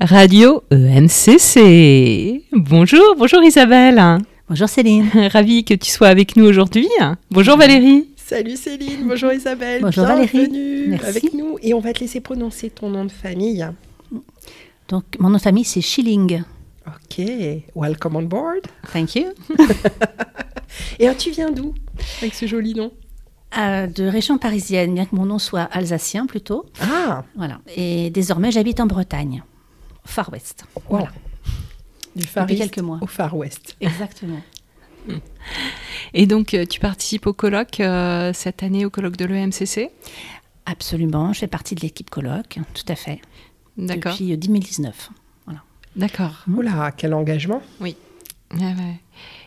Radio E EMCC. Bonjour, bonjour Isabelle. Bonjour Céline. Ravie que tu sois avec nous aujourd'hui. Bonjour Valérie. Salut Céline, bonjour Isabelle. Bonjour Valérie. Bienvenue Merci. avec nous et on va te laisser prononcer ton nom de famille. Donc, mon nom de famille, c'est Schilling. Ok, welcome on board. Thank you. Et alors, tu viens d'où avec ce joli nom Euh, de région parisienne, bien que mon nom soit alsacien plutôt. Ah, Voilà. Et désormais, j'habite en Bretagne, Far West. wow. Voilà. Du Far Depuis East Oh. quelques mois. au Far West. Exactement. Et donc, euh, tu participes au colloque euh, cette année, au colloque de l'EMCC Absolument. Je fais partie de l'équipe colloque, tout à fait. D'accord. Depuis euh, 2019. Voilà. D'accord. Mmh. Oula, quel engagement. Ouais, ouais.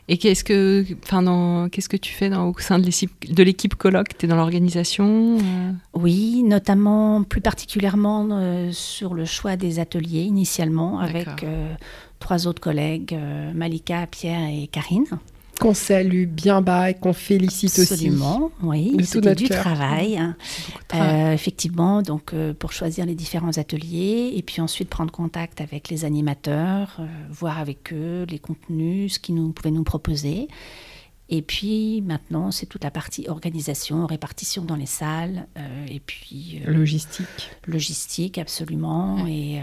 Et qu'est-ce que, enfin, dans- qu'est-ce que tu fais dans, au sein de l'équipe, de l'équipe colloque Tu es dans l'organisation euh, Oui, notamment, plus particulièrement euh, sur le choix des ateliers initialement, D'accord. avec euh, trois autres collègues, euh, Malika, Pierre et Karine. Qu'on salue bien bas et qu'on félicite aussi. Absolument, oui. De tout C'était notre du cœur. travail. hein. travail. Euh, effectivement, donc euh, pour choisir les différents ateliers et puis ensuite prendre contact avec les animateurs, euh, voir avec eux les contenus, ce qu'ils nous, pouvaient nous proposer. Et puis maintenant, c'est toute la partie organisation, répartition dans les salles, euh, et puis euh, Logistique. logistique absolument, et, euh,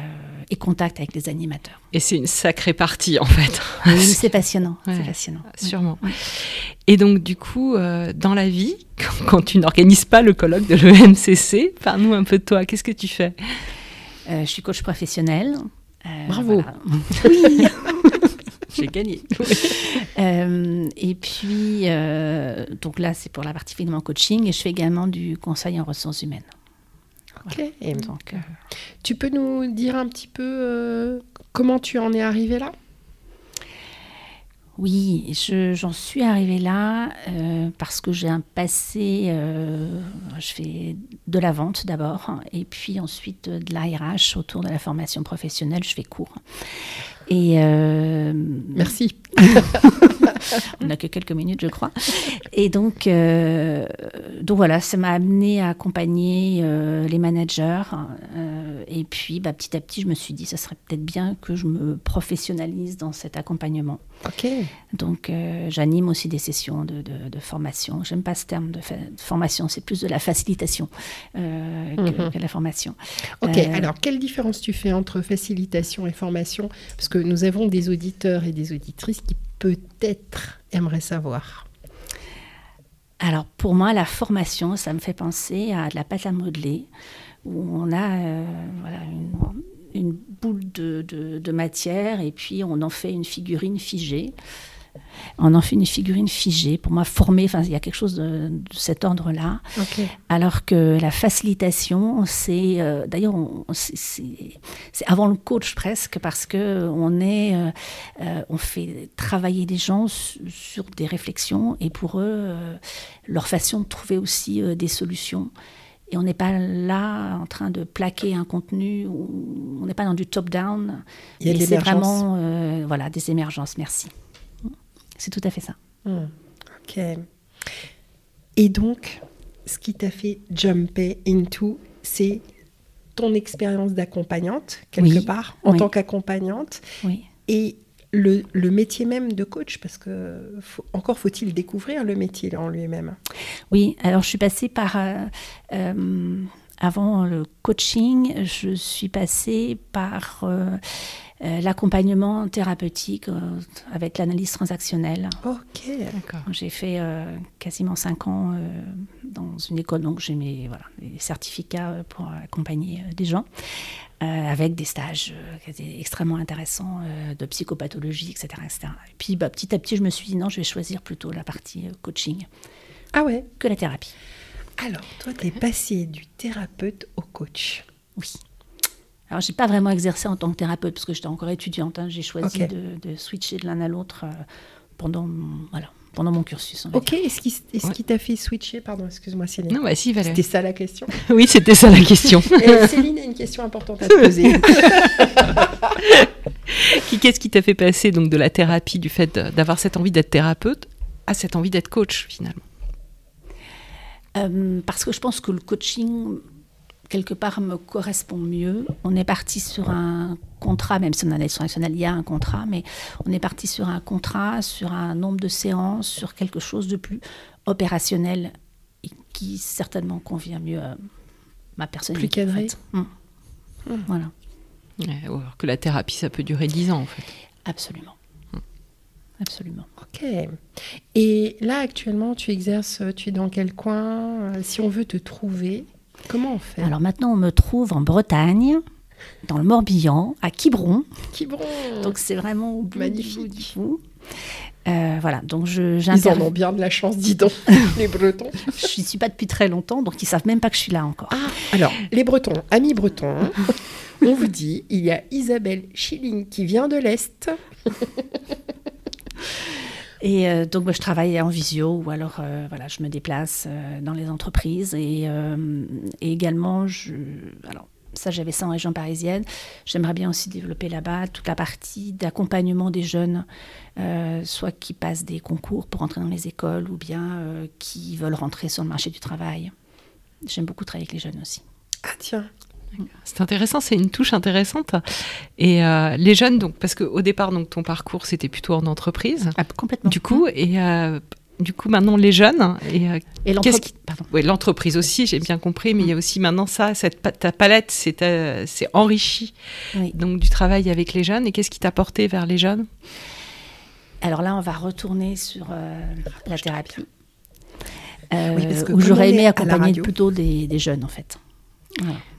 et contact avec les animateurs. Et c'est une sacrée partie, en fait. Oui, c'est passionnant, Ouais. c'est passionnant. Ah, Sûrement. Et donc, du coup, euh, dans la vie, quand, quand tu n'organises pas le colloque de l'EMCC, parle-nous un peu de toi. Qu'est-ce que tu fais Euh, je suis coach professionnel. Euh, Bravo. J'ai gagné. Euh, et puis, euh, donc là, c'est pour la partie finalement coaching et je fais également du conseil en ressources humaines. Ok. Et Donc, euh, tu peux nous dire un petit peu euh, comment tu en es arrivé là oui, je- j'en suis arrivée là euh, parce que j'ai un passé. euh, je fais de la vente d'abord hein, et puis ensuite euh, de la RH autour de la formation professionnelle. Je fais cours. Et euh, Merci. On n'a que quelques minutes, je crois. Et donc, euh, donc voilà, ça m'a amené à accompagner euh, les managers. euh, et puis, bah, petit à petit, je me suis dit, ça serait peut-être bien que je me professionnalise dans cet accompagnement. Ok. Donc, euh, j'anime aussi des sessions de, de- de formation. J'aime pas ce terme de, fa- de formation, c'est plus de la facilitation euh, que, Mhm. que la formation. Ok, Euh, alors quelle différence tu fais entre facilitation et formation Parce que nous avons des auditeurs et des auditrices qui peut-être aimeraient savoir. Alors pour moi, la formation, ça me fait penser à de la pâte à modeler, où on a euh, voilà, une, une boule de, de- de matière et puis on en fait une figurine figée. On en fait une figurine figée. Pour moi, former, enfin, il y a quelque chose de, de cet ordre-là. Ok. Alors que la facilitation, c'est euh, d'ailleurs on- on- c'est- c'est c'est avant le coach presque parce que on est euh, euh, on fait travailler les gens su- sur des réflexions et pour eux euh, leur façon de trouver aussi euh, des solutions. Et on n'est pas là en train de plaquer un contenu, ou- on n'est pas dans du top-down. Il y a mais de c'est l'émergence. vraiment euh, voilà, des émergences, merci. C'est tout à fait ça. Hmm, Ok. Et donc, ce qui t'a fait jumper into, c'est ton expérience d'accompagnante, quelque Oui, part, en oui. tant qu'accompagnante, Oui. et le, le métier même de coach, parce que faut- encore faut-il découvrir le métier en lui-même. Oui, alors je suis passée par. euh, euh, avant le coaching, je suis passée par euh, euh, l'accompagnement thérapeutique euh, avec l'analyse transactionnelle. Ok. D'accord. J'ai fait euh, quasiment cinq ans euh, dans une école, donc j'ai mes voilà, les certificats euh, pour accompagner euh, des gens, euh, avec des stages euh, qui étaient extrêmement intéressants euh, de psychopathologie, etc., etc. Et puis bah, petit à petit, je me suis dit non, je vais choisir plutôt la partie euh, coaching Ah ouais. que la thérapie. Alors, toi, t'es passé du thérapeute au coach. Oui. Alors, j'ai pas vraiment exercé en tant que thérapeute parce que j'étais encore étudiante. hein. J'ai choisi Ok. de, de switcher de l'un à l'autre euh, pendant, mon- voilà, pendant mon cursus. on va Ok, dire. est-ce qui, est-ce Ouais. qui t'a fait switcher Pardon, excuse-moi, Céline. Non, bah si, C'était Valérie. ça la question. Oui, c'était ça la question. Et euh, Céline a une question importante à te poser. Qui- Qu'est-ce qui t'a fait passer donc de la thérapie, du fait de- d'avoir cette envie d'être thérapeute, à cette envie d'être coach finalement Euh, parce que je pense que le coaching quelque part me correspond mieux. On est parti sur un contrat, même si on a nationale, il y a un contrat, mais on est parti sur un contrat, sur un nombre de séances, sur quelque chose de plus opérationnel et qui certainement convient mieux à ma personnalité. Plus cadré. en fait. Mm. Mm. Voilà, Ouais, alors que la thérapie, ça peut durer 10 ans en fait. absolument. Hmm. Absolument. Ok. Et là, actuellement, tu exerces, tu es dans quel coin Euh, Si on veut te trouver, comment on fait Alors maintenant, on me trouve en Bretagne, dans le Morbihan, à Quiberon. Qui bon Donc c'est vraiment au bout Hmm. Magnifique. du bout du bout. Euh, voilà, donc je Ils en ont j'interviens. bien de la chance, dis donc, les Bretons. Je ne suis pas depuis très longtemps, donc ils savent même pas que je suis là encore. Ah, alors, les Bretons, amis Bretons, on vous dit, il y a Isabelle Schilling qui vient de l'Est. Et euh, donc moi, je travaille en visio ou alors euh, voilà, je me déplace euh, dans les entreprises et, euh, et également je alors ça j'avais ça en région parisienne. J'aimerais bien aussi développer là-bas toute la partie d'accompagnement des jeunes, euh, soit qui passent des concours pour entrer dans les écoles ou bien euh, qui veulent rentrer sur le marché du travail. J'aime beaucoup travailler avec les jeunes aussi. Ah tiens, C'est intéressant, c'est une touche intéressante. Et euh, les jeunes, donc, parce qu'au départ, donc, ton parcours, c'était plutôt en entreprise, complètement. du coup, et euh, du coup, maintenant, les jeunes, et euh, et qu'est-ce l'entreprise qui- ouais, l'entreprise aussi, j'ai bien compris, mais il y a aussi maintenant ça, cette pa- ta palette, c'est euh, c'est enrichi, Oui. donc, du travail avec les jeunes. Et qu'est-ce qui t'a porté vers les jeunes Alors là, on va retourner sur euh, Ah, la thérapie. Euh, Oui, parce que où comme on j'aurais est aimé à la accompagner radio- plutôt des, des jeunes, en fait.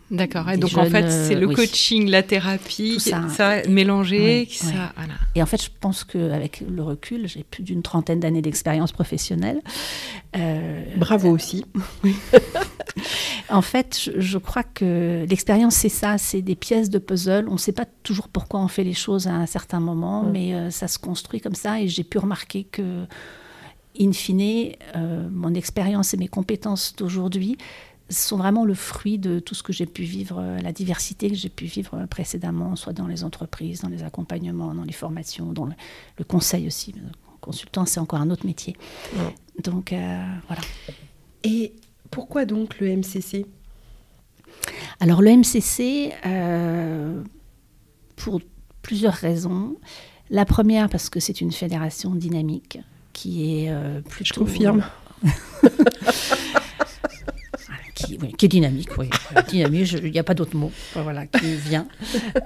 D'accord. Et Des donc en jeunes, fait, c'est le euh, oui. coaching, la thérapie, Tout ça, ça. mélangé, Oui, ça. oui. voilà. Et en fait, je pense qu'avec le recul, j'ai plus d'une trentaine d'années d'expérience professionnelle. Euh, bravo aussi. en fait, je, je crois que l'expérience, c'est ça, c'est des pièces de puzzle. On ne sait pas toujours pourquoi on fait les choses à un certain moment, Mm. mais euh, ça se construit comme ça. Et j'ai pu remarquer que, in fine, euh, mon expérience et mes compétences d'aujourd'hui sont vraiment le fruit de tout ce que j'ai pu vivre, euh, la diversité que j'ai pu vivre euh, précédemment, soit dans les entreprises, dans les accompagnements, dans les formations, dans le, le conseil aussi. Consultant, c'est encore un autre métier. Donc, euh, voilà. Et pourquoi donc le MCC Alors le MCC, euh, pour plusieurs raisons. La première, parce que c'est une fédération dynamique qui est euh, plutôt... Je confirme. Qui, oui, qui est dynamique, oui. Euh, dynamique, je- il n'y a pas d'autre mot. Enfin, Voilà, qui vient.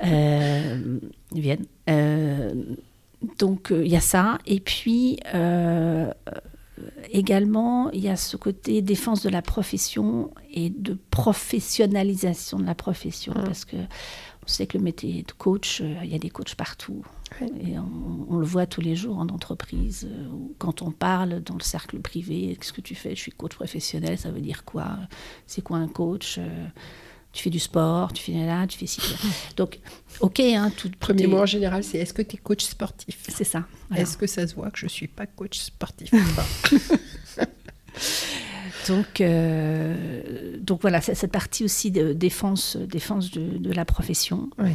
Euh, ils viennent. Euh, donc euh, il y a ça. Et puis... euh, Également, il y a ce côté défense de la profession et de professionnalisation de la profession, Mmh. parce que on sait que le métier de coach, euh, il y a des coachs partout, Ouais. et on, on le voit tous les jours en entreprise, euh, ou quand on parle dans le cercle privé, qu'est-ce que tu fais Je suis coach professionnel, ça veut dire quoi C'est quoi un coach Euh, Tu fais du sport, tu fais là, tu fais ci. tu fais là. Donc, ok, hein, tout tout Premier est- mot en général, c'est est-ce que tu es coach sportif C'est ça. voilà. Est-ce que ça se voit que je suis pas coach sportif Donc, euh, donc voilà, c'est cette partie aussi de défense, défense de, de la profession, Oui.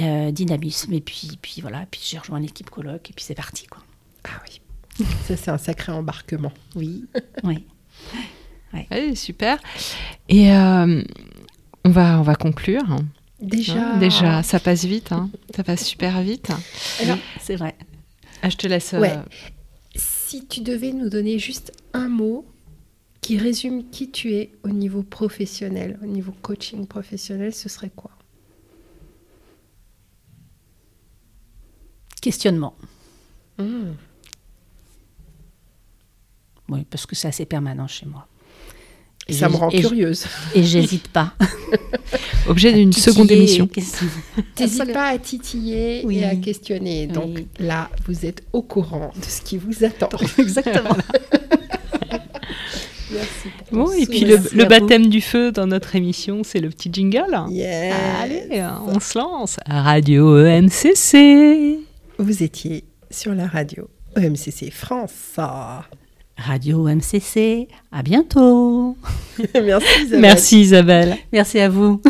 euh, dynamisme, et puis, puis voilà, puis j'ai rejoint l'équipe colloque, et puis c'est parti, quoi. Ah oui, ça c'est un sacré embarquement. Oui. oui. Ouais, super. Et euh, on va on va conclure. hein. Déjà, Hein, déjà, ça passe vite, hein. ça passe super vite. Alors- Oui, c'est vrai. Ah, je te laisse. euh, Ouais. si tu devais nous donner juste un mot qui résume qui tu es au niveau professionnel, au niveau coaching professionnel, ce serait quoi Questionnement. Hmm. Oui, parce que c'est assez permanent chez moi. Et Ça me j'hési- rend et j- curieuse. Et j'hésite pas. Objet d'une Titiller seconde et émission. questionner. T'hésites pas à titiller Oui. et à questionner. Donc Oui. là, vous êtes au courant de ce qui vous attend. Exactement. Merci pour ton Bon, et puis le, sourire. Merci le à vous. baptême du feu dans notre émission, c'est le petit jingle. Yes. Allez, on se lance. Radio EMCC. Vous étiez sur la radio E EMCC France. Ah. Radio MCC, à bientôt. Merci Isabelle. Merci Isabelle. Merci à vous.